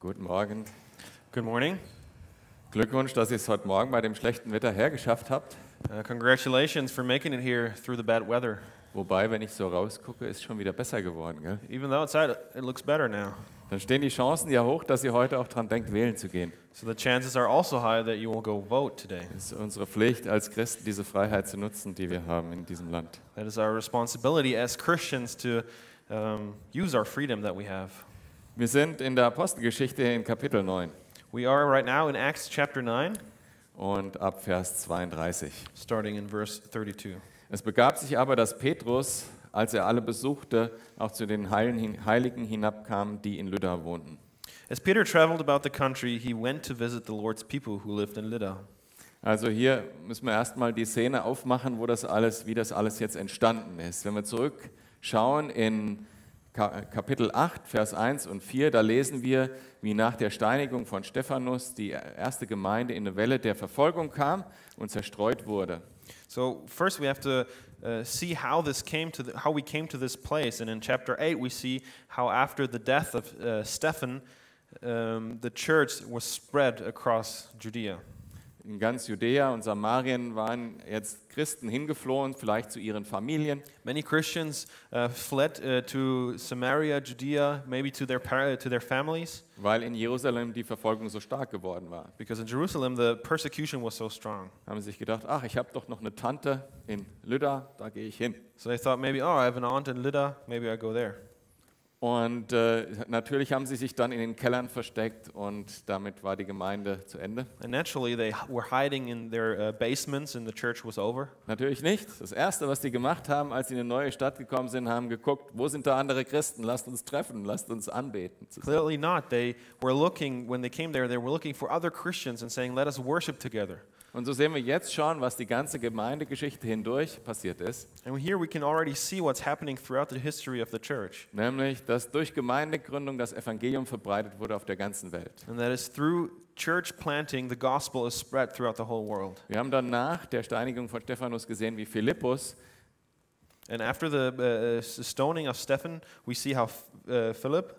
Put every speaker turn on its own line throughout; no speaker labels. Guten Morgen.
Good morning.
Glückwunsch, dass ihr es heute Morgen bei dem schlechten Wetter hergeschafft habt.
Uh, congratulations for making it here through the bad weather.
Wobei, wenn ich so rausgucke, ist schon wieder besser geworden. Gell?
Even though outside it looks better now.
Dann stehen die Chancen ja hoch, dass ihr heute auch dran denkt, wählen zu gehen.
So the chances are also high that you will go vote today.
Es ist unsere Pflicht als Christen, diese Freiheit zu nutzen, die wir haben in diesem Land.
That is our responsibility as Christians to um, use our freedom that we have.
Wir sind in der Apostelgeschichte in Kapitel 9
We are right now in Acts chapter 9,
und ab Vers 32.
starting in verse 32.
Es begab sich aber, dass Petrus, als er alle besuchte, auch zu den Heilen- Heiligen hinabkam, die in Lydda wohnten.
As Peter traveled about the country, he went to visit the Lord's people who lived in Lydda.
Also hier müssen wir erstmal die Szene aufmachen, wo das alles, wie das alles jetzt entstanden ist. Wenn wir zurückschauen in Ka- Kapitel 8, Vers 1 und 4, da lesen wir, wie nach der Steinigung von Stephanus die erste Gemeinde in eine Welle der Verfolgung kam und zerstreut wurde.
So first, we have to uh, see how this came to the, how we came to this place, and in chapter eight, we see how after the death of uh, Stephen, um, the church was spread across Judea.
In ganz Judäa und Samarien waren jetzt Christen hingeflohen, vielleicht zu ihren Familien.
Many Christians uh, fled uh, to Samaria, Judea, maybe to their par- to their families,
Weil in Jerusalem die Verfolgung so stark geworden war,
because in Jerusalem the persecution was so strong.
haben sie sich gedacht, ach, ich habe doch noch eine Tante in Lydda, da gehe ich hin.
So they thought maybe, oh, I have an aunt in Lydda, maybe I go there.
Und äh, natürlich haben sie sich dann in den Kellern versteckt und damit war die Gemeinde zu Ende.
And naturally, they h- were hiding in their uh, basements, and the church was over.
Natürlich nicht. Das Erste, was die gemacht haben, als sie in eine neue Stadt gekommen sind, haben geguckt, wo sind da andere Christen? Lasst uns treffen, lasst uns anbeten.
Clearly not. They were looking, when they came there, they were looking for other Christians and saying, let us worship together.
Und so sehen wir jetzt schon, was die ganze Gemeindegeschichte hindurch passiert ist.
And here we can already see what's happening throughout the history of the church.
Nämlich, dass durch Gemeindegründung das Evangelium verbreitet wurde auf der ganzen Welt.
And that is through church planting, the gospel is spread throughout the whole world.
Wir haben dann nach der Steinigung von Stephanus gesehen, wie Philippus
And after the uh, s- stoning of Stephen, we see how F- uh, Philip,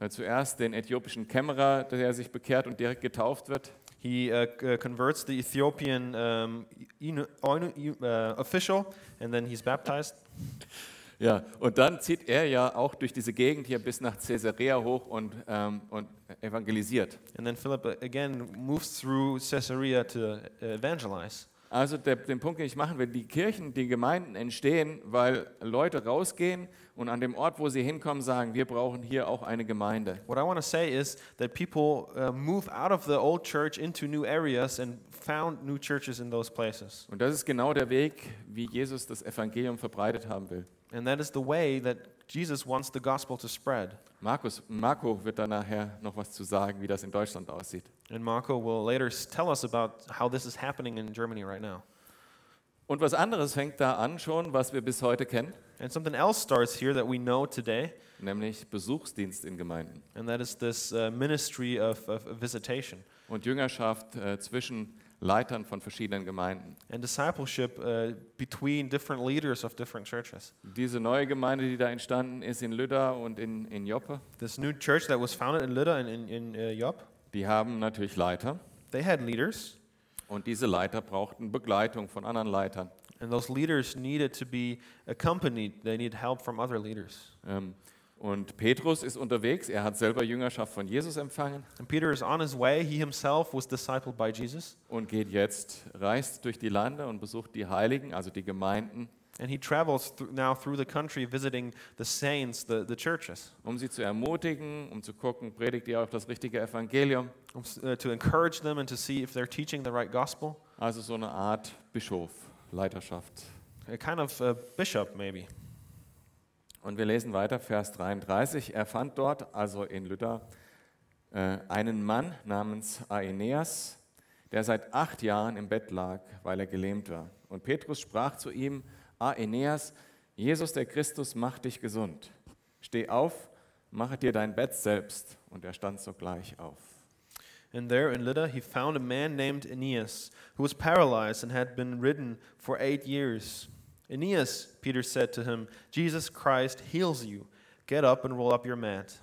äh, zuerst den äthiopischen Kämmerer, der sich bekehrt und direkt getauft wird.
he uh, c- uh, converts the Ethiopian um, Inu- Oinu- uh, official, and then he's baptized.
Ja, und dann zieht er ja auch durch diese Gegend hier bis nach Caesarea hoch und, ähm, und evangelisiert.
And then Philip uh, again moves through Caesarea to uh, evangelize.
Also der, den Punkt, den ich machen will, die Kirchen, die Gemeinden entstehen, weil Leute rausgehen und an dem Ort, wo sie hinkommen, sagen, wir brauchen hier auch eine Gemeinde.
What I want to say is that people uh, move out of the old church into new areas and found new churches in those places.
Und das ist genau der Weg, wie Jesus das Evangelium verbreitet haben will.
And that is the way that Jesus wants the gospel to spread.
Markus, Marco wird da nachher noch was zu sagen, wie das in Deutschland aussieht.
And Marco will later s- tell us about how this is happening in Germany right now.
Und was anderes fängt da an schon, was wir bis heute kennen,
And something else starts here that we know today,
nämlich Besuchsdienst in Gemeinden.
and that is this uh, ministry of, of of visitation
und Jüngerschaft äh, zwischen Leitern von verschiedenen Gemeinden.
and discipleship uh, between different leaders of different churches.
Diese neue Gemeinde, die da entstanden ist in Lydda und in, in Joppe,
This new church that was founded in Lydda and in, in uh, Yop,
die haben natürlich Leiter
they had leaders.
und diese Leiter brauchten Begleitung von anderen Leitern.
And those leaders needed to be accompanied. They need help from other leaders.
Ähm, und Petrus ist unterwegs, er hat selber Jüngerschaft von Jesus empfangen
And Peter is on his way. He himself was discipled by Jesus.
und geht jetzt, reist durch die Lande und besucht die Heiligen, also die Gemeinden,
And he travels thr- now through the country visiting the saints, the, the churches,
um sie zu ermutigen, um zu gucken, predigt ihr auch das richtige Evangelium.
um s- uh, to encourage them and to see if they're teaching the right gospel.
Also so eine Art Bischof, Leiterschaft.
A kind of uh bishop, maybe.
Und wir lesen weiter, Vers 33. Er fand dort, also in Lydda, äh, einen Mann namens Aeneas, der seit acht Jahren im Bett lag, weil er gelähmt war. Und Petrus sprach zu ihm: Aeneas, Jesus der Christus macht dich gesund. Steh auf, mache dir dein Bett selbst. Und er stand sogleich auf.
And there in Lydda he found a man named Aeneas, who was paralyzed and had been ridden for eight years. Aeneas, Peter said to him, Jesus Christ heals you. Get up and roll up your mat.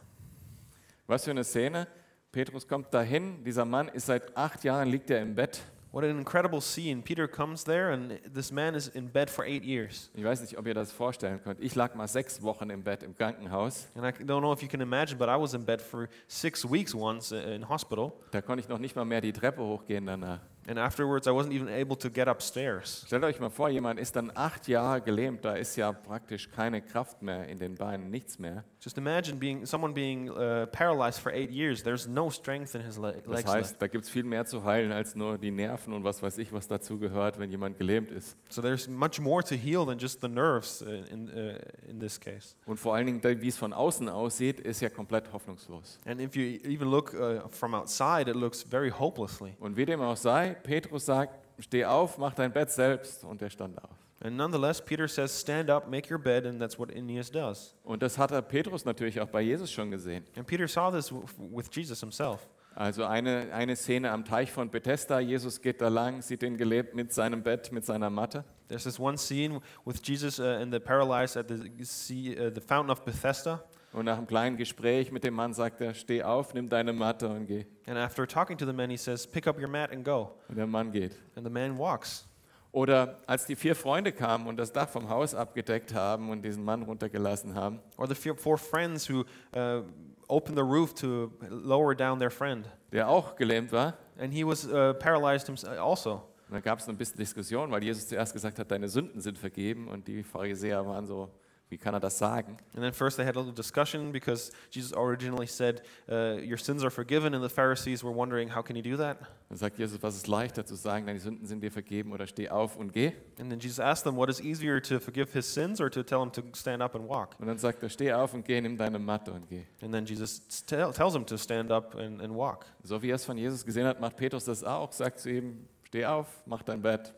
Was für eine Szene, Petrus kommt dahin, dieser Mann ist seit acht Jahren, liegt er im Bett.
What an incredible scene. Peter comes there, and this man is in bed for eight years.
Ich weiß nicht, ob ihr das vorstellen könnt. Ich lag mal sechs Wochen im Bett im Krankenhaus.
And I don't know if you can imagine, but I was in bed for six weeks once uh, in hospital.
Da konnte ich noch nicht mal mehr die Treppe hochgehen danach.
And afterwards, I wasn't even able to get upstairs.
Stellt euch mal vor, jemand ist dann acht Jahre gelähmt, da ist ja praktisch keine Kraft mehr in den Beinen, nichts mehr.
Just imagine being someone being uh, paralyzed for eight years. There's no strength in his le-
Das
legs. left.
heißt, da gibt es viel mehr zu heilen als nur die Nerven und was weiß ich, was dazu gehört, wenn jemand gelähmt ist.
So there's much more to heal than just the nerves uh, in, uh, in this case.
Und vor allen Dingen, wie es von außen aussieht, ist ja komplett hoffnungslos.
And if you even look uh, from outside, it looks very hopelessly.
Und wie dem auch sei, Petrus sagt, steh auf, mach dein Bett selbst. Und er stand auf.
And nonetheless, Peter says, Stand up, make your bed, and that's what Aeneas does.
Und das hat er Petrus natürlich auch bei Jesus schon gesehen.
And Peter saw this w- with Jesus himself.
Also eine, eine Szene am Teich von Bethesda. Jesus geht da lang, sieht den gelebt mit seinem Bett, mit seiner Matte.
There's this one scene with Jesus uh, and the paralyzed at the sea, uh, the fountain of Bethesda.
Und nach einem kleinen Gespräch mit dem Mann sagt er, steh auf, nimm deine Matte und geh.
And after talking to the man, he says, "Pick up your mat and go."
Und der Mann geht.
And the man walks.
Oder als die vier Freunde kamen und das Dach vom Haus abgedeckt haben und diesen Mann runtergelassen haben,
Or the few- four friends who uh, open the roof to lower down their friend,
der auch gelähmt war.
and he was uh, paralyzed himself also.
Und da gab es ein bisschen Diskussion, weil Jesus zuerst gesagt hat, deine Sünden sind vergeben. Und die Pharisäer waren so, wie kann er das sagen?
And then first they had a little discussion because Jesus originally said, uh, "Your sins are forgiven," and the Pharisees were wondering, "How can he do that?"
Dann sagt Jesus, was ist leichter zu sagen, deine Sünden sind dir vergeben oder steh auf und geh?
And then Jesus asked them, "What is easier to forgive his sins or to tell him to stand up and walk?"
Und dann sagt er, steh auf und geh, nimm deine Matte und geh.
And then Jesus tell, tells him to stand up and, and walk.
So wie er es von Jesus gesehen hat, macht Petrus das auch, sagt zu ihm, steh auf, mach dein Bett,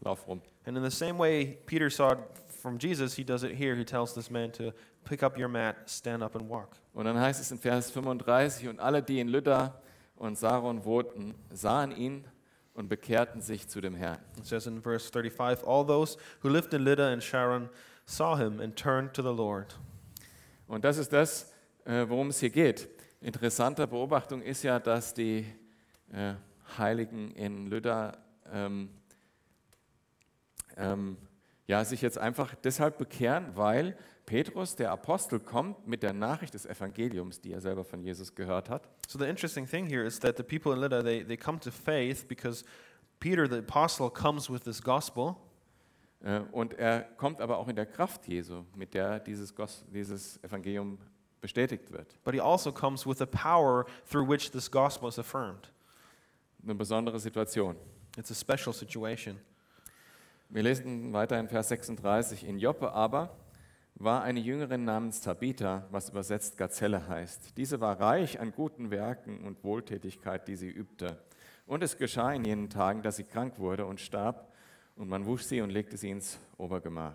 lauf rum.
And in the same way Peter saw it from Jesus, he does it here. He tells this man to pick up your mat, stand up, and walk.
Und dann heißt es in Vers 35, und alle, die in Lydda und Saron wohnten, sahen ihn und bekehrten sich zu dem Herrn.
It says in verse 35 All those who lived in Lydda and Sharon saw him and turned to the Lord.
Und das ist das, äh, worum es hier geht. Interessante Beobachtung ist ja, dass die äh, Heiligen in Lydda ähm, ähm, ja, sich jetzt einfach deshalb bekehren, weil Petrus, der Apostel, kommt mit der Nachricht des Evangeliums, die er selber von Jesus gehört hat.
So the interesting thing here is that the people in Lydda, they, they come to faith because Peter the apostle comes with this gospel,
Äh, Und er kommt aber auch in der Kraft Jesu, mit der dieses, Gos dieses Evangelium bestätigt wird.
but he also comes with the power through which this gospel is affirmed.
Eine besondere Situation.
It's a special situation.
Wir lesen weiter in Vers 36. In Joppe aber war eine Jüngerin namens Tabitha, was übersetzt Gazelle heißt. Diese war reich an guten Werken und Wohltätigkeit, die sie übte. Und es geschah in jenen Tagen, dass sie krank wurde und starb, und man wusch sie und legte sie ins Obergemach.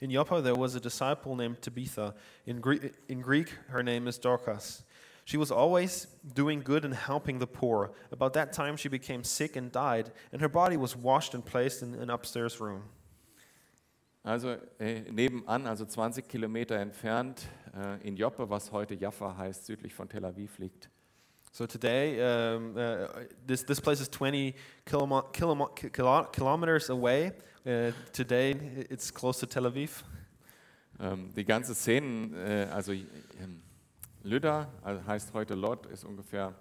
In Joppa, there was a disciple named Tabitha. In, Gre- in Greek, her name is Dorcas. She was always doing good and helping the poor. About that time, she became sick and died, and her body was washed and placed in an upstairs room.
Also äh, nebenan, also 20 Kilometer entfernt, äh, in Joppe, was heute Jaffa heißt, südlich von Tel Aviv liegt.
So today, um, uh, this, this place is 20 kilomo- kilomo- ki- kilo- kilometers away. Uh, today, it's close to Tel Aviv.
Ähm, die ganze Szene, äh, also ähm, Lydda, also heißt heute Lot, ist ungefähr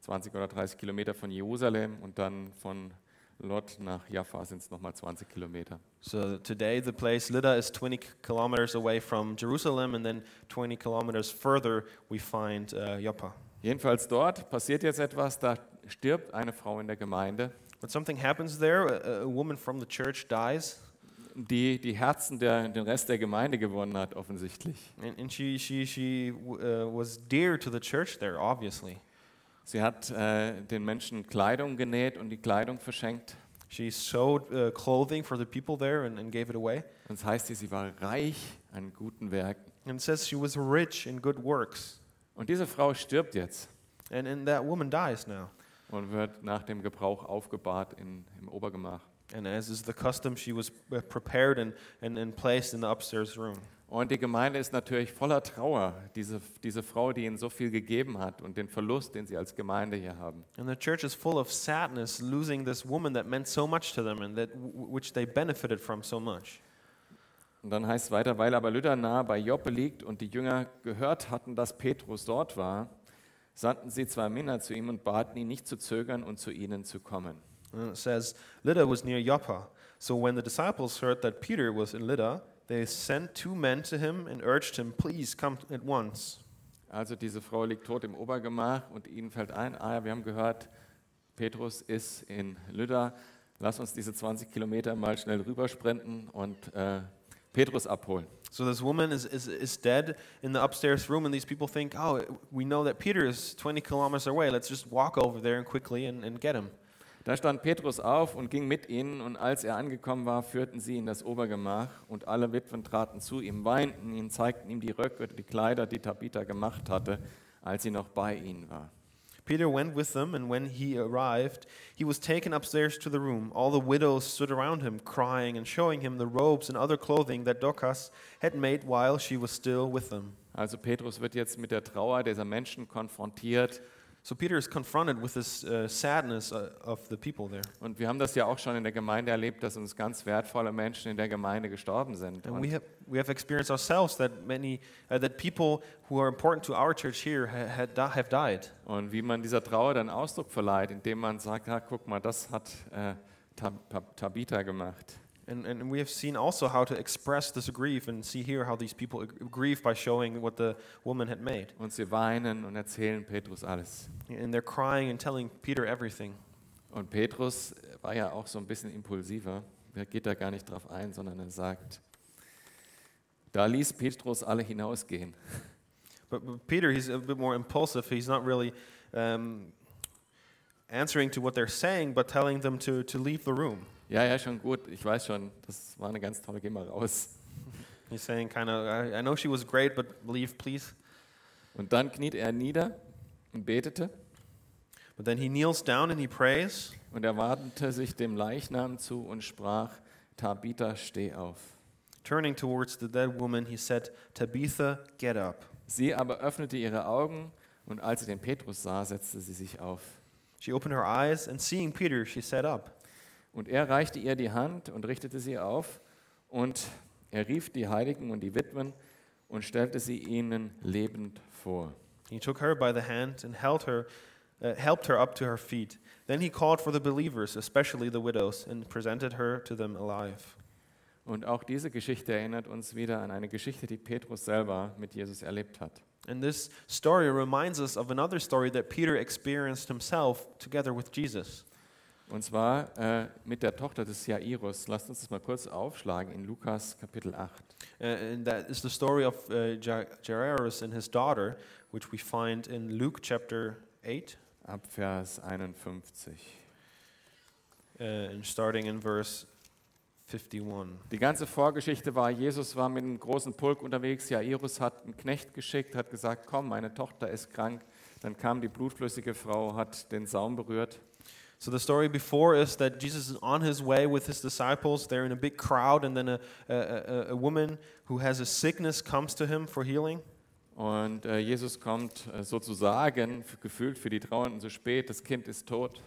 20 oder 30 Kilometer von Jerusalem und dann von Lot nach Jaffa sind es nochmal 20 Kilometer.
So today, the place Lydda is 20 k- kilometers away from Jerusalem, and then 20 kilometers further, we find uh, Joppa.
Jedenfalls dort passiert jetzt etwas, da stirbt eine Frau in der Gemeinde,
But something happens there. A, a woman from the church dies,
die die Herzen der, den Rest der Gemeinde gewonnen hat, offensichtlich.
and, and she she she uh, was dear to the church there, obviously.
Sie hat äh, den Menschen Kleidung genäht und die Kleidung verschenkt.
She sewed uh, clothing for the people there and, and gave it away.
Und es heißt hier, sie war reich an guten Werken.
And it says she was rich in good works.
Und diese Frau stirbt jetzt.
And and that woman dies now,
und wird nach dem Gebrauch aufgebahrt in, im Obergemach.
And as is the custom, she was uh, prepared and, and, and placed in the upstairs room.
Und die Gemeinde ist natürlich voller Trauer, diese, diese Frau, die ihnen so viel gegeben hat und den Verlust, den sie als Gemeinde hier haben.
And the church is full of sadness, losing this woman that meant so much to them and that w- which they benefited from so much.
Und dann heißt es weiter, weil aber Lydda nahe bei Joppe liegt und die Jünger gehört hatten, dass Petrus dort war, sandten sie zwei Männer zu ihm und baten ihn, nicht zu zögern und zu ihnen zu kommen.
And it says, Lydda was near Joppa. So when the disciples heard that Peter was in Lydda, they sent two men to him and urged him, Please come at once.
Also diese Frau liegt tot im Obergemach und ihnen fällt ein, ah ja, wir haben gehört, Petrus ist in Lydda, lass uns diese 20 Kilometer mal schnell rübersprinten und äh, Petrus abholen.
So this woman is, is, is dead in the upstairs room, and these people think, Oh, we know that Peter is 20 kilometers away. Let's just walk over there and quickly and, and get him.
Da stand Petrus auf und ging mit ihnen, und als er angekommen war, führten sie ihn in das Obergemach, und alle Witwen traten zu ihm, weinten ihn, zeigten ihm die Röcke, die Kleider, die Tabitha gemacht hatte, als sie noch bei ihnen war.
Peter went with them, and when he arrived, he was taken upstairs to the room. All the widows stood around him, crying and showing him the robes and other clothing that Docas had made while she was still with them.
Also Petrus wird jetzt mit der Trauer dieser Menschen konfrontiert,
So Peter is confronted with this uh, sadness uh, of the people there.
und wir haben das ja auch schon in der Gemeinde erlebt, dass uns ganz wertvolle Menschen in der Gemeinde gestorben sind.
And we
Und
have, we have experienced ourselves that many uh, that people who are important to our church here ha- had di- have died.
und wie man dieser Trauer dann Ausdruck verleiht, indem man sagt, ah, guck mal, das hat äh, Tab Tab Tabitha gemacht.
And, and we have seen also how to express this grief and see here how these people ag- grieve by showing what the woman had made.
Und sie weinen und erzählen Petrus alles.
And they're crying and telling Peter everything.
Und Petrus war ja auch so ein bisschen impulsiver. Er geht da gar nicht drauf ein, sondern er sagt, da ließ Petrus alle hinausgehen.
But, but Peter, he's a bit more impulsive. He's not really um, answering to what they're saying, but telling them to, to leave the room.
Ja, ja, schon gut. Ich weiß schon, das war eine ganz tolle, geh mal raus.
He's saying, kind of, I, I know she was great, but leave, please.
Und dann kniet er nieder und betete
But then he kneels down and he prays.
und er wandte sich dem Leichnam zu und sprach, Tabitha, steh auf.
Turning towards the dead woman, he said, Tabitha, get up.
Sie aber öffnete ihre Augen und als sie den Petrus sah, setzte sie sich auf.
She opened her eyes, and seeing Peter, she sat up.
Und er reichte ihr die Hand und richtete sie auf. Und er rief die Heiligen und die Witwen und stellte sie ihnen lebend vor.
He took her by the hand and held her, uh, helped her up to her feet. Then he called for the believers, especially the widows, and presented her to them alive.
Und auch diese Geschichte erinnert uns wieder an eine Geschichte, die Petrus selber mit Jesus erlebt hat.
And this story reminds us of another story that Peter experienced himself together with Jesus.
Und zwar äh, mit der Tochter des Jairus. Lasst uns das mal kurz aufschlagen in Lukas Kapitel 8.
Uh, and that is the story of uh, Ja- Jairus and his daughter, which we find in Luke chapter 8,
Ab Vers 51.
uh, and starting in verse 51.
Die ganze Vorgeschichte war, Jesus war mit einem großen Pulk unterwegs. Jairus hat einen Knecht geschickt, hat gesagt: Komm, meine Tochter ist krank. Dann kam die blutflüssige Frau, hat den Saum berührt.
So the story before is that Jesus is on his way with his disciples. They're in a big crowd, and then a, a, a, a woman who has a sickness comes to him for healing.
Und äh, Jesus kommt äh, sozusagen f- gefühlt für die Trauernden zu spät. Das Kind ist tot.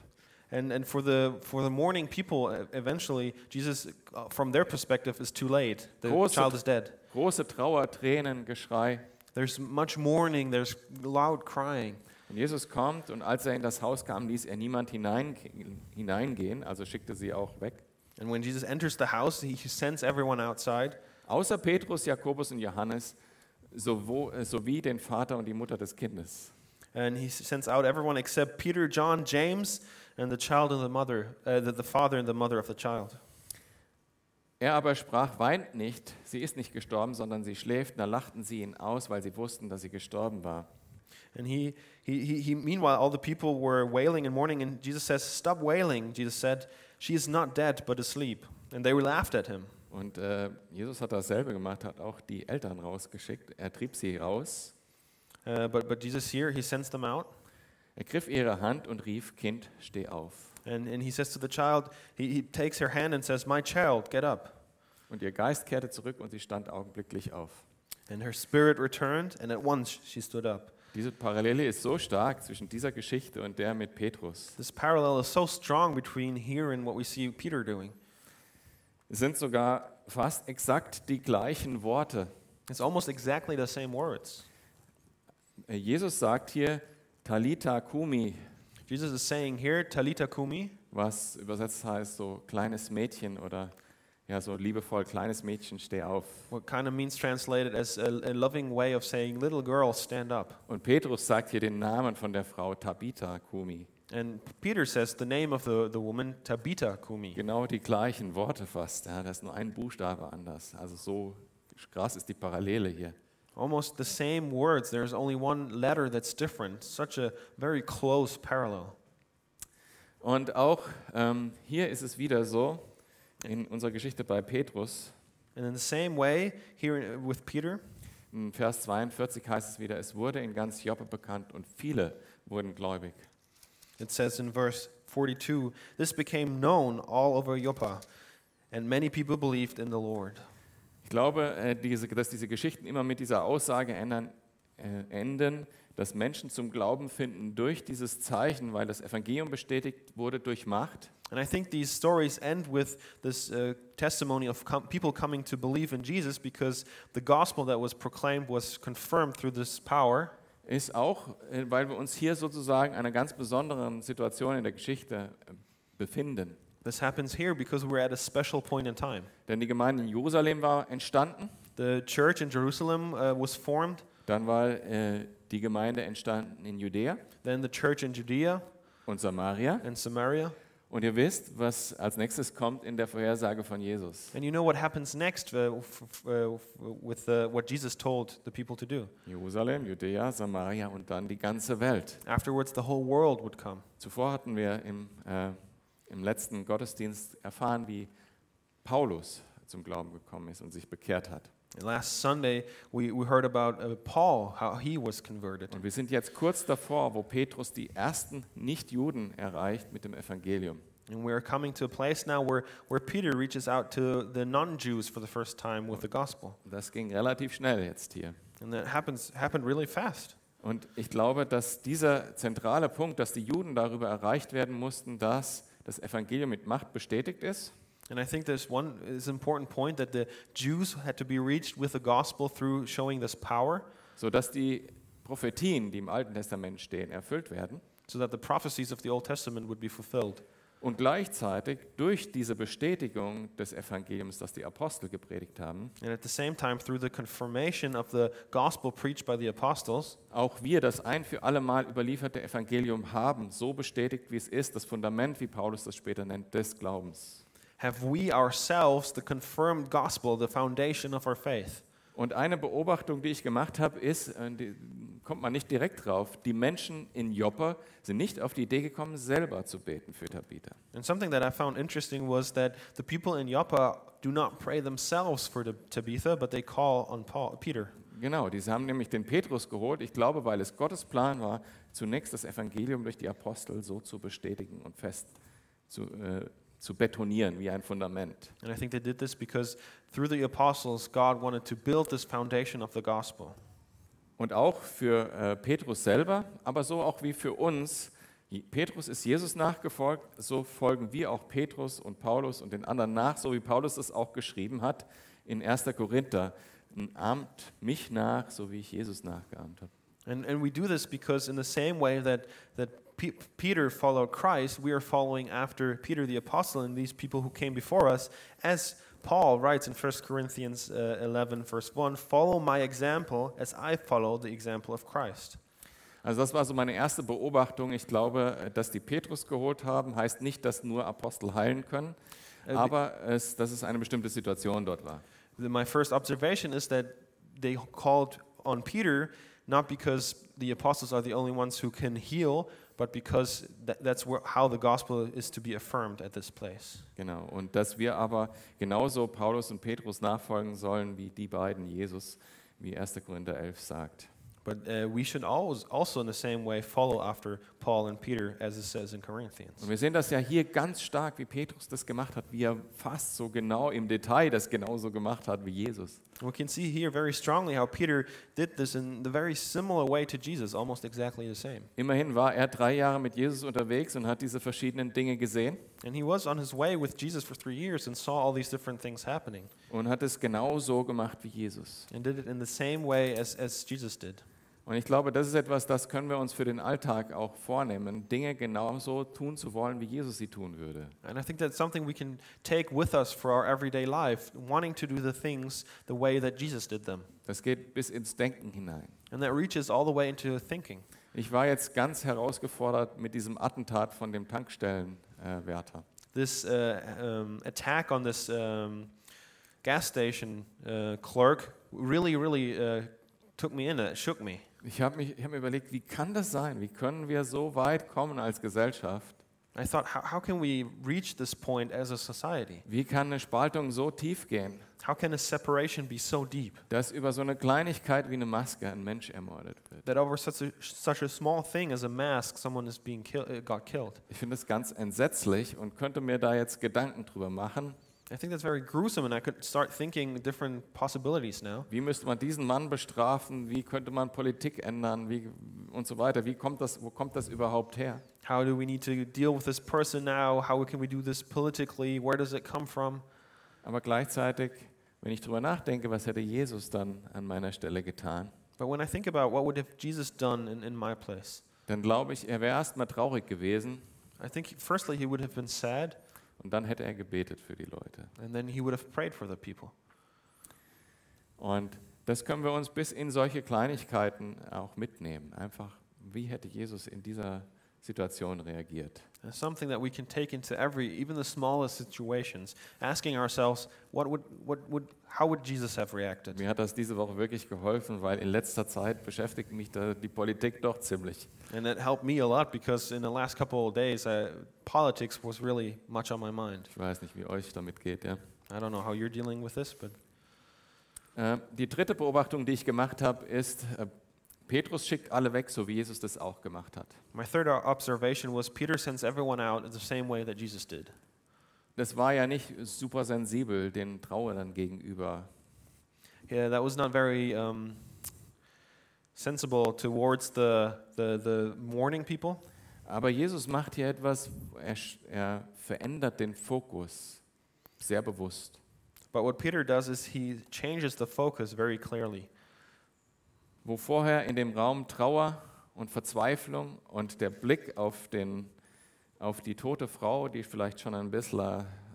And, and for, the, for the mourning people, e- eventually, Jesus, uh, from their perspective, is too late. The
Große-
child is dead.
Große Trauer, Tränen, Geschrei.
There's much mourning, there's loud crying.
Und Jesus kommt und als er in das Haus kam, ließ er niemand hineinge- hineingehen, also schickte sie auch weg.
And when Jesus enters the house, he he sends everyone outside,
Außer Petrus, Jakobus und Johannes sowo- äh, sowie den Vater und die Mutter des Kindes.
and he sends out everyone except Peter, John, James, and the child and the mother, uh, the, the father and the mother of the child.
Er aber sprach, weint nicht, sie ist nicht gestorben, sondern sie schläft. Da lachten sie ihn aus, weil sie wussten, dass sie gestorben war.
And he, he, he, he, meanwhile, all the people were wailing and mourning, and Jesus says, Stop wailing. Jesus said, She is not dead, but asleep. And they were laughed at him.
Und äh, Jesus hat dasselbe gemacht, hat auch die Eltern rausgeschickt. Er trieb sie raus,
Uh, but, but Jesus here, he sends them out.
er griff ihre Hand und rief, Kind, steh auf.
And, and he says to the child, he, he takes her hand and says, My child, get up.
Und ihr Geist kehrte zurück und sie stand augenblicklich auf.
And her spirit returned, and at once she stood up.
Diese Parallele ist so stark zwischen dieser Geschichte und der mit Petrus.
This parallel is so strong between here and what we see Peter doing.
Es sind sogar fast exakt die gleichen Worte.
It's almost exactly the same words.
Äh, Jesus sagt hier Talita Kumi,
Jesus is saying here, Talita Kumi,
was übersetzt heißt so kleines Mädchen oder ja so liebevoll kleines Mädchen, steh auf.
what kind of means translated as a, a loving way of saying, Little girl, stand up.
Und Petrus sagt hier den Namen von der Frau Tabitha Kumi.
And Peter says the name of the, the woman, Tabita Kumi.
Genau die gleichen Worte fast. Ja, das ist nur ein Buchstabe anders. Also so krass ist die Parallele hier.
Almost the same words, there's only one letter that's different. Such a very close parallel.
Und auch ähm, hier ist es wieder so in unserer Geschichte bei Petrus.
And in the same way, here in- with Peter,
In Vers 42 heißt es wieder, es wurde in ganz Joppe bekannt und viele wurden gläubig.
It says in verse 42 This became known all over Joppa, and many people believed in the Lord.
Ich glaube, äh, diese, dass diese Geschichten immer mit dieser Aussage ändern, äh, enden, dass Menschen zum Glauben finden durch dieses Zeichen, weil das Evangelium bestätigt wurde durch Macht.
And I think these stories end with this uh, testimony of com- people coming to believe in Jesus because the gospel that was proclaimed was confirmed through this power.
Ist auch, äh, weil wir uns hier sozusagen einer ganz besonderen Situation in der Geschichte äh, befinden.
This happens here because we're at a special point in time.
Denn die Gemeinde in Jerusalem war entstanden,
The church in Jerusalem uh, was formed,
dann war äh, die Gemeinde entstanden in Judäa
then the church in Judea
und Samaria.
and Samaria.
Und ihr wisst, was als nächstes kommt in der Vorhersage von Jesus.
And you know what happens next uh, f- f- uh, f- with uh, what Jesus told the people to do.
Jerusalem, Judäa, Samaria und dann die ganze Welt.
Afterwards, the whole world would come.
Zuvor hatten wir im, äh, im letzten Gottesdienst erfahren, wie Paulus zum Glauben gekommen ist und sich bekehrt hat.
And last Sunday, we, we heard about uh, Paul, how he was converted.
Und wir sind jetzt kurz davor, wo Petrus die ersten Nichtjuden erreicht mit dem Evangelium.
And we're coming to a place now where, where Peter reaches out to the non Jews for the first time with the gospel.
Das ging relativ schnell jetzt hier.
And that happens, happened really fast.
Und ich glaube, dass dieser zentrale Punkt, dass die Juden darüber erreicht werden mussten, dass das Evangelium mit Macht bestätigt ist,
And I think there's one is important point that the Jews had to be reached with the gospel through showing this power
sodass die Prophetien, die im Alten Testament stehen, erfüllt werden
so that the prophecies of the Old Testament would be fulfilled.
und gleichzeitig durch diese Bestätigung des Evangeliums, das die Apostel gepredigt haben,
And at the same time, through the confirmation of the gospel preached by the apostles,
auch wir das ein für alle Mal überlieferte Evangelium haben, so bestätigt, wie es ist, das Fundament, wie Paulus das später nennt, des Glaubens.
have we ourselves the confirmed gospel, the foundation of our faith?
Und eine Beobachtung, die ich gemacht habe, ist, äh, die kommt man nicht direkt drauf, die Menschen in Joppa sind nicht auf die Idee gekommen, selber zu beten für Tabitha.
And something that I found interesting was that the people in Joppa do not pray themselves for the Tabitha, but they call on Paul, Peter.
Genau, die haben nämlich den Petrus geholt, ich glaube, weil es Gottes Plan war, zunächst das Evangelium durch die Apostel so zu bestätigen und fest zu, äh, zu betonieren wie ein Fundament.
And I think they did this because through the apostles, God wanted to build this foundation of the gospel.
Und auch für äh, Petrus selber, aber so auch wie für uns. Je- Petrus ist Jesus nachgefolgt, so folgen wir auch Petrus und Paulus und den anderen nach, so wie Paulus es auch geschrieben hat in 1. Korinther. Ahmt mich nach, so wie ich Jesus nachgeahmt habe.
And, and we do this because, in the same way that, that Pe- Peter followed Christ, we are following after Peter the apostle and these people who came before us. As Paul writes in 1 Corinthians uh, 11, verse 1 Follow my example as I follow the example of Christ.
Also das war so meine erste Beobachtung. Ich glaube, äh, dass die Petrus geholt haben, heißt nicht, dass nur Apostel heilen können,
Äh,
aber es, dass es eine bestimmte Situation dort war.
The- my first observation is that they called on Peter not because the apostles are the only ones who can heal, but because tha- that's where, how the gospel is to be affirmed at this place.
Genau. Und dass wir aber genauso Paulus und Petrus nachfolgen sollen wie die beiden Jesus, wie 1. Korinther 11 sagt.
But uh, we should always, also, in the same way, follow after Paul and Peter, as it says in Corinthians.
Und wir sehen das ja hier ganz stark, wie Petrus das gemacht hat, wie er fast so genau im Detail das genauso gemacht hat wie Jesus.
We can see here very strongly how Peter did this in the very similar way to Jesus, almost exactly the same.
Immerhin war er drei Jahre mit Jesus unterwegs und hat diese verschiedenen Dinge gesehen
And he was on his way with Jesus for three years and saw all these different things happening
und hat es genau so gemacht wie Jesus.
and did it in the same way as, as Jesus did.
Und ich glaube, das ist etwas, das können wir uns für den Alltag auch vornehmen, Dinge genauso tun zu wollen, wie Jesus sie tun würde.
And I think that's something we can take with us for our everyday life, wanting to do the things the way that Jesus did them.
Das geht bis ins Denken hinein.
And that reaches all the way into thinking.
Ich war jetzt ganz herausgefordert mit diesem Attentat von dem Tankstellenwärter. Äh, Wärter.
This uh, um, attack on this um, gas station uh, clerk really, really uh, took me in. It shook me.
ich habe mich- ich hab mir überlegt, wie kann das sein? Wie können wir so weit kommen als Gesellschaft?
I thought, how, how can we reach this point as a society?
Wie kann eine Spaltung so tief gehen,
How can a separation be so deep
dass über so eine Kleinigkeit wie eine Maske ein Mensch ermordet wird?
that over such a, such a small thing as a mask, someone is being kill- uh, got killed?
Ich finde das ganz entsetzlich und könnte mir da jetzt Gedanken drüber machen.
I think that's very gruesome, and I could start thinking different possibilities now.
Wie müsste man diesen Mann bestrafen? Wie könnte man Politik ändern? Wie, und so weiter. Wie kommt das, wo kommt das überhaupt her?
How do we need to deal with this person now? How can we do this politically? Where does it come from?
Aber gleichzeitig, wenn ich drüber nachdenke, was hätte Jesus dann an meiner Stelle getan,
But when I think about what would have Jesus done in, in my place,
dann glaube ich, er wäre erstmal traurig gewesen
I think he- firstly he would have been sad,
und dann hätte er gebetet für die Leute.
and then he would have prayed for the people.
Und das können wir uns bis in solche Kleinigkeiten auch mitnehmen. Einfach, wie hätte Jesus in dieser Situation reagiert?
It's something that we can take into every, even the smallest situations, asking ourselves, what would, what would, how would Jesus have reacted?
Mir hat das diese Woche wirklich geholfen, weil in letzter Zeit beschäftigt mich da die Politik doch ziemlich.
And that helped me a lot because in the last couple of days, I, politics was really much on my mind.
Ich weiß nicht, wie euch damit geht. Ja.
I don't know how you're dealing with this, but
Äh, Die dritte Beobachtung, die ich gemacht habe, ist, äh, Petrus schickt alle weg, so wie Jesus das auch gemacht hat.
my third o- observation was Peter sends everyone out in the same way that Jesus did.
Das war ja nicht super sensibel den Trauernden gegenüber.
Yeah, that was not very um, sensible towards the, the, the mourning people.
Aber Jesus macht hier etwas, er, sch- er verändert den Fokus sehr bewusst.
But what Peter does is he changes the focus very clearly.
Wo vorher in dem Raum Trauer und Verzweiflung und der Blick auf, den, auf die tote Frau, die vielleicht schon ein bisschen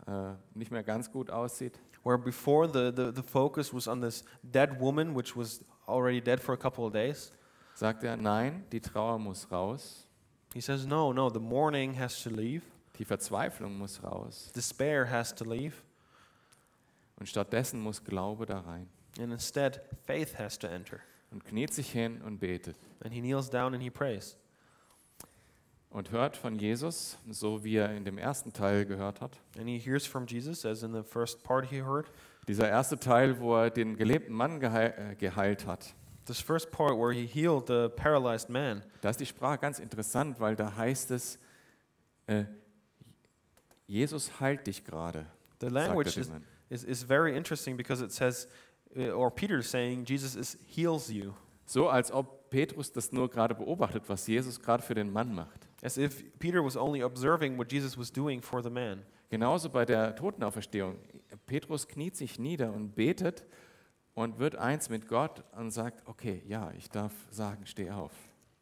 äh, nicht mehr ganz gut aussieht,
Where before the, the, the focus was on this dead woman, which was already dead for a couple of days,
sagt er, nein, die Trauer muss raus,
he says, No, no, the mourning has to leave,
die Verzweiflung muss raus
despair has to leave,
und stattdessen muss Glaube da rein.
and instead faith has to enter.
Und kniet sich hin und betet.
And he kneels down and he prays.
und hört von Jesus, so wie er in dem ersten Teil gehört hat.
And he hears from Jesus, as in the first part he heard.
Dieser erste Teil, wo er den gelebten Mann geheil, äh, geheilt hat.
This first part where he healed the paralyzed man.
Da ist die Sprache ganz interessant, weil da heißt es, äh, Jesus heilt dich gerade.
The
sagt er
language
dem
is,
Mann.
is, is very interesting because it says, uh, or Peter is saying, Jesus is, heals you,
So als ob Petrus das nur gerade beobachtet, was Jesus gerade für den Mann macht.
as if Peter was only observing what Jesus was doing for the man.
Genauso bei der Totenauferstehung. Petrus kniet sich nieder und betet und wird eins mit Gott und sagt, okay, ja, ich darf sagen, steh auf.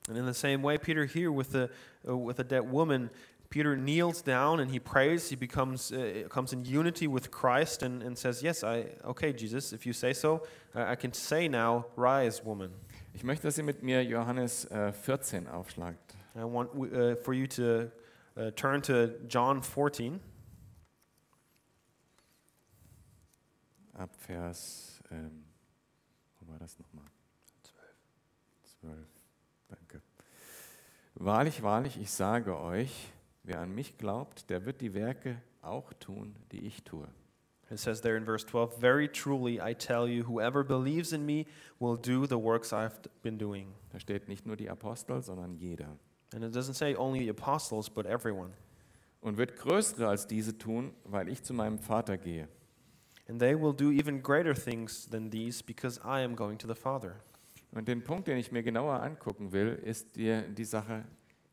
And in the same way, Peter here with the uh, with a dead woman, Peter kneels down and he prays. He becomes uh, comes in unity with Christ and, and says, "Yes, I okay, Jesus, if you say so, uh, I can say now, rise, woman."
Ich möchte, dass ihr mit mir Johannes äh, 14 aufschlagt.
I want uh, for you to uh, turn to John 14,
Ab Vers, ähm, wo war das nochmal? 12. 12, danke. Wahrlich, wahrlich, ich sage euch, wer an mich glaubt, der wird die Werke auch tun, die ich tue.
It says there in verse 12, Very truly I tell you, whoever believes in me will do the works I've been doing.
Da steht nicht nur die Apostel, sondern jeder.
And it doesn't say only the apostles, but everyone.
Und wird größere als diese tun, weil ich zu meinem Vater gehe.
And they will do even greater things than these because I am going to the Father.
Und den Punkt, den ich mir genauer angucken will, ist dir die Sache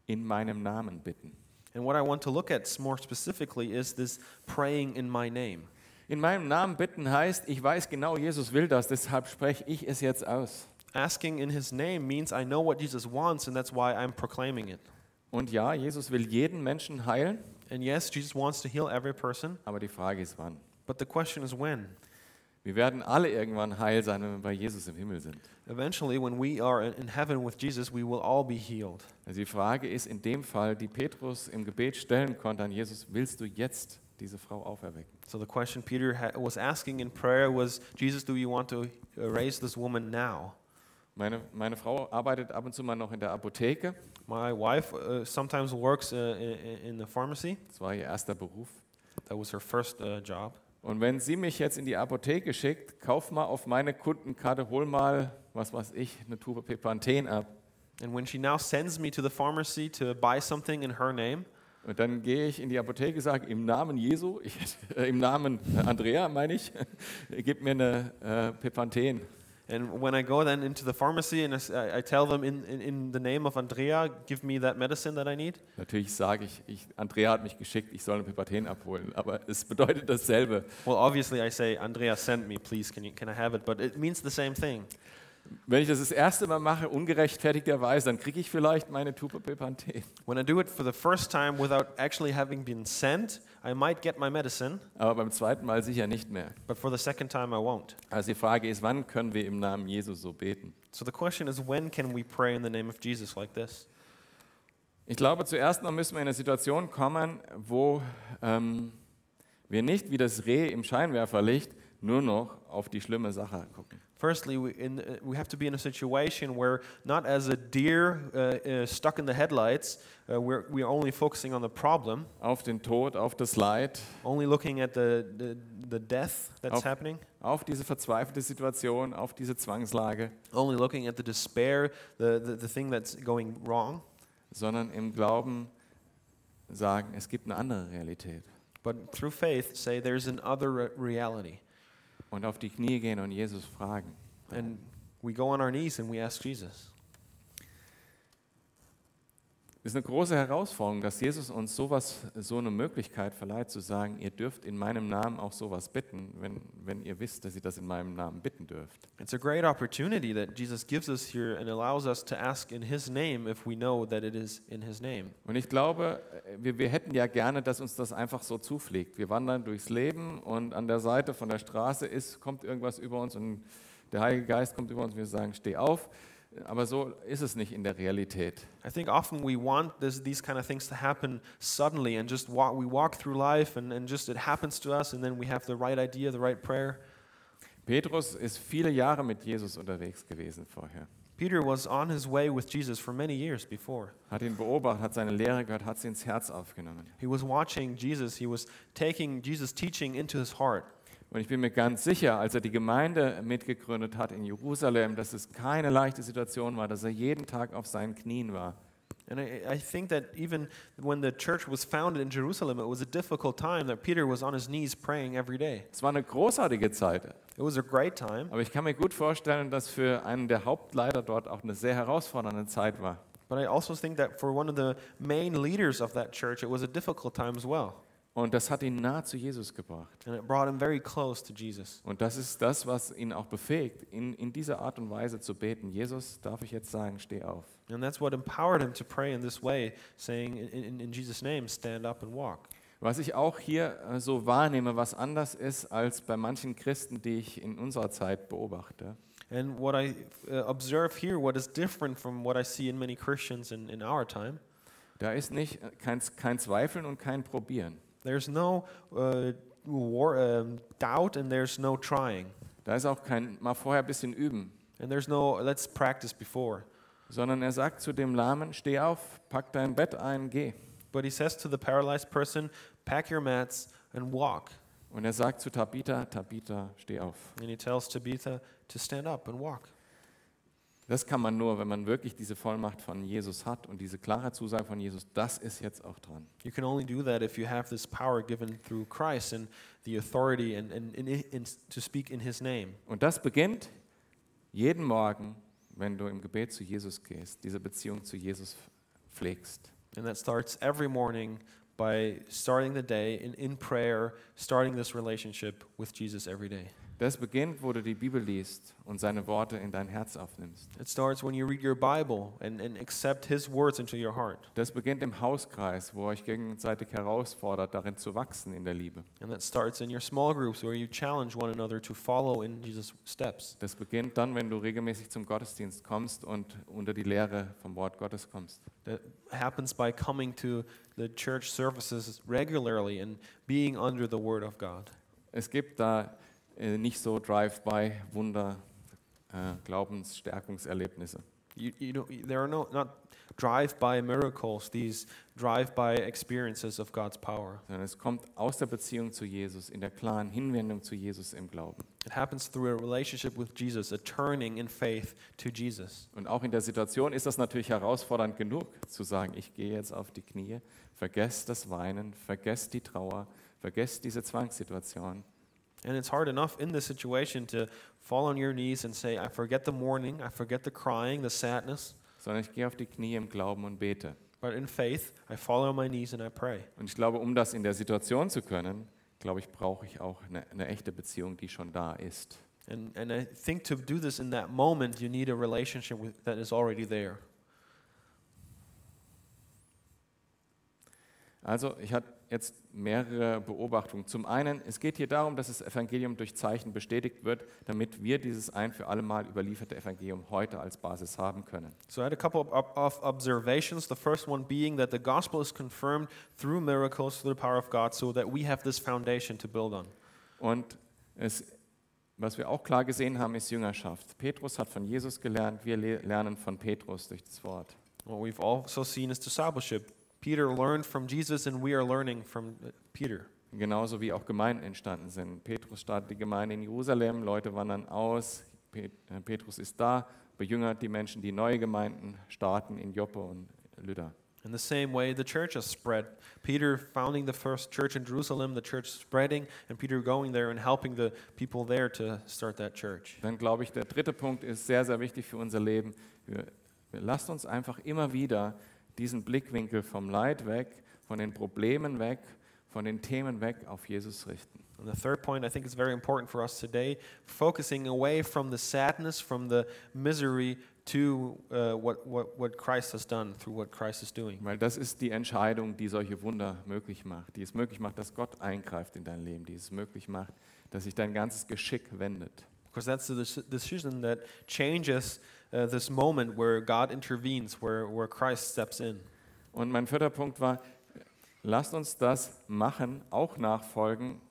in meinem Namen bitten.
And what I want to look at more specifically is this praying in my name.
In meinem Namen bitten heißt, ich weiß genau, Jesus will das, deshalb spreche ich es jetzt aus.
Asking in his name means I know what Jesus wants, and that's why I'm proclaiming it.
Und ja, Jesus will jeden Menschen heilen,
And yes, Jesus wants to heal every person,
aber die Frage ist wann.
but the question is when.
Wir werden alle irgendwann heil sein, wenn wir bei Jesus im Himmel sind.
Eventually, when we are in in heaven with Jesus, we will all be healed.
Also die Frage ist in dem Fall, die Petrus im Gebet stellen konnte an Jesus, willst du jetzt diese Frau auferwecken?
So the question Peter ha- was asking in prayer was, Jesus, do you want to uh, raise this woman now?
Meine, meine Frau arbeitet ab und zu mal noch in der Apotheke.
My wife uh, sometimes works uh, in, in the pharmacy.
Das war ihr erster Beruf.
That was her first uh, job.
Und wenn sie mich jetzt in die Apotheke schickt, kauf mal auf meine Kundenkarte, hol mal, was weiß ich, eine Tube Pepanthen ab.
And when she now sends me to the pharmacy to buy something in her name,
Und dann gehe ich in die Apotheke, sage im Namen Jesu, ich, äh, im Namen Andrea meine ich, gib mir eine äh, Pepanthen.
and when I go then into the pharmacy and I s- I, I tell them in, in, in the name of Andrea, give me that medicine that I need,
Natürlich sage ich, ich, Andrea hat mich geschickt, ich soll eine Pepanthen abholen, aber es bedeutet dasselbe.
well, obviously I say, Andrea sent me, please, can, you, can I have it? But it means the same thing.
Wenn ich das das erste Mal mache, ungerechtfertigterweise, dann kriege ich vielleicht meine Tube Pepanthen.
When I do it for the first time without actually having been sent, I might get my medicine,
Aber beim zweiten Mal sicher nicht mehr.
but for the second time I won't.
Also die Frage ist, wann können wir im Namen Jesu so beten?
So the question is, when can we pray in the name of Jesus like this?
Ich glaube, zuerst noch müssen wir in eine Situation kommen, wo ähm, wir nicht wie das Reh im Scheinwerferlicht nur noch auf die schlimme Sache gucken.
Firstly, we, in, uh, we have to be in a situation where, not as a deer uh, uh, stuck in the headlights, uh, we're, we're only focusing on the problem,
Auf den Tod, auf das Leid,
only looking at the, the, the death that's
Oh.
happening,
auf diese verzweifelte Situation, auf diese Zwangslage,
only looking at the despair, the, the, the thing that's going wrong,
sondern im Glauben sagen, es gibt eine andere Realität.
but through faith say there's another re- reality.
Und auf die Knie gehen und Jesus fragen.
And we go on our knees and we ask Jesus.
Es ist eine große Herausforderung, dass Jesus uns sowas, so eine Möglichkeit verleiht, zu sagen, ihr dürft in meinem Namen auch sowas bitten, wenn, wenn ihr wisst, dass ihr das in meinem Namen bitten dürft.
It's a great opportunity that Jesus gives us here and allows us to ask in His name if we know that it is in His name.
Und ich glaube, wir, wir hätten ja gerne, dass uns das einfach so zufliegt. Wir wandern durchs Leben und an der Seite von der Straße ist, kommt irgendwas über uns und der Heilige Geist kommt über uns und wir sagen, steh auf. Aber so ist es nicht in der Realität.
I think often we want this, these kind of things to happen suddenly and just walk, we walk through life and, and just it happens to us and then we have the right idea, the right prayer.
Petrus ist viele Jahre mit Jesus unterwegs gewesen vorher.
Peter was on his way with Jesus for many years before.
Hat ihn beobachtet, hat seine Lehre gehört, hat sie ins Herz aufgenommen.
He was watching Jesus, he was taking Jesus' teaching into his heart.
Und ich bin mir ganz sicher, als er die Gemeinde mitgegründet hat in Jerusalem, dass es keine leichte Situation war, dass er jeden Tag auf seinen Knien war.
And I, I think that even when the church was founded in Jerusalem, it was a difficult time that Peter was on his knees praying every day.
Es war eine großartige Zeit,
It was a great time,
aber ich kann mir gut vorstellen, dass für einen der Hauptleiter dort auch eine sehr herausfordernde Zeit war.
but I also think that for one of the main leaders of that church, it was a difficult time as well.
Und das hat ihn nah zu Jesus gebracht.
And it brought him very close to Jesus.
Und das ist das, was ihn auch befähigt, in, in dieser Art und Weise zu beten. Jesus, darf ich jetzt sagen, steh auf.
And that's what empowered him to pray in this way, saying, in, in, in Jesus' name, stand up and walk.
Was ich auch hier äh, so wahrnehme, was anders ist als bei manchen Christen, die ich in unserer Zeit beobachte,
And what I uh, observe here, what is different from what I see in many Christians in, in our time,
Da ist nicht äh, kein, kein Zweifeln und kein Probieren.
there's no uh, war, um, doubt and there's no trying.
Da ist auch kein mal vorher ein bisschen üben,
And there's no, let's practice before.
sondern er sagt zu dem Lahmen, steh auf, pack dein Bett ein, geh.
But he says to the paralyzed person, pack your mats and walk.
Und er sagt zu Tabitha, Tabitha, steh auf.
And he tells Tabitha to stand up and walk.
Das kann man nur, wenn man wirklich diese Vollmacht von Jesus hat und diese klare Zusage von Jesus, das ist jetzt auch dran.
You can only do that if you have this power given through Christ and the authority and, and, and, and to speak in his name.
Und das beginnt jeden Morgen, wenn du im Gebet zu Jesus gehst, diese Beziehung zu Jesus pflegst.
And that starts every morning by starting the day in, in prayer, starting this relationship with Jesus every day.
Das beginnt, wo du die Bibel liest und seine Worte in dein Herz aufnimmst.
It starts when you read your Bible and, and accept his words into your heart.
Das beginnt im Hauskreis, wo ihr euch gegenseitig herausfordert, darin zu wachsen in der Liebe.
And that starts in your small groups where you challenge one another to follow in Jesus' steps.
Das beginnt dann, wenn du regelmäßig zum Gottesdienst kommst und unter die Lehre vom Wort Gottes kommst.
That happens by coming to the church services regularly and being under the Word of God.
Es gibt da äh, nicht so Drive-by-Wunder, äh, Glaubensstärkungserlebnisse.
You, you don't, there are no not drive-by miracles. These drive-by experiences of God's power.
sondern es kommt aus der Beziehung zu Jesus, in der klaren Hinwendung zu Jesus im Glauben
It happens through a relationship with Jesus, a turning in faith to Jesus.
und auch in der Situation ist das natürlich herausfordernd genug zu sagen, ich gehe jetzt auf die Knie, vergesst das Weinen, vergesst die Trauer, vergesst diese Zwangssituation
And it's hard enough in this situation to fall on your knees and say, "I forget the mourning, I forget the crying, the sadness."
sondern ich gehe auf die Knie im Glauben und bete.
But in faith, I fall on my knees and I pray.
Und ich glaube, um das in der Situation zu können, glaube ich, brauche ich auch eine, eine echte Beziehung, die schon da ist.
And and I think to do this in that moment, you need a relationship with, that is already there.
Also, ich hatte jetzt mehrere Beobachtungen. Zum einen, es geht hier darum, dass das Evangelium durch Zeichen bestätigt wird, damit wir dieses ein für alle Mal überlieferte Evangelium heute als Basis haben können.
So I had a couple of, ob- of observations. The first one being that the gospel is confirmed through miracles, through the power of God, so that we have this foundation to build on.
Und es, was wir auch klar gesehen haben, ist Jüngerschaft. Petrus hat von Jesus gelernt, wir le- lernen von Petrus durch das Wort.
What we've also seen is discipleship. Peter learned from Jesus, and we are learning from uh, Peter.
Genauso wie auch Gemeinden entstanden sind. Petrus startet die Gemeinde in Jerusalem, Leute wandern aus, Pet- äh, Petrus ist da, bejüngert die Menschen, die neue Gemeinden starten in Joppe und Lydda.
In the same way, the church has spread. Peter founding the first church in Jerusalem, the church spreading, and Peter going there and helping the people there to start that church.
Dann glaube ich, der dritte Punkt ist sehr, sehr wichtig für unser Leben. Wir, wir lasst uns einfach immer wieder diesen Blickwinkel vom Leid weg, von den Problemen weg, von den Themen weg auf Jesus richten.
And the third point I think is very important for us today, focusing away from the sadness, from the misery to uh, what, what, what Christ has done through what Christ is doing.
Weil das ist die Entscheidung, die solche Wunder möglich macht, die es möglich macht, dass Gott eingreift in dein Leben, die es möglich macht, dass sich dein ganzes Geschick wendet.
Because that's the deci- decision that changes uh, this moment where God intervenes, where, where Christ steps in.
Und mein vierter Punkt war, lasst uns das machen, auch nachfolgen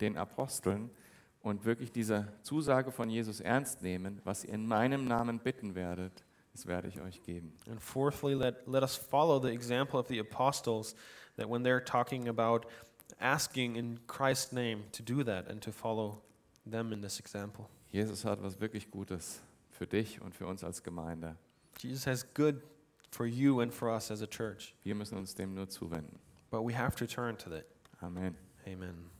den Aposteln und wirklich diese Zusage von Jesus ernst nehmen, was ihr in meinem Namen bitten werdet, das werde ich euch geben.
And fourthly, let, let us follow the example of the apostles that when they're talking about asking in Christ's name to do that and to follow them in this example.
Jesus hat was wirklich Gutes für dich und für uns als Gemeinde.
Jesus has good for you and for us as a church.
Wir müssen uns dem nur zuwenden.
But we have to turn to that.
Amen.
Amen.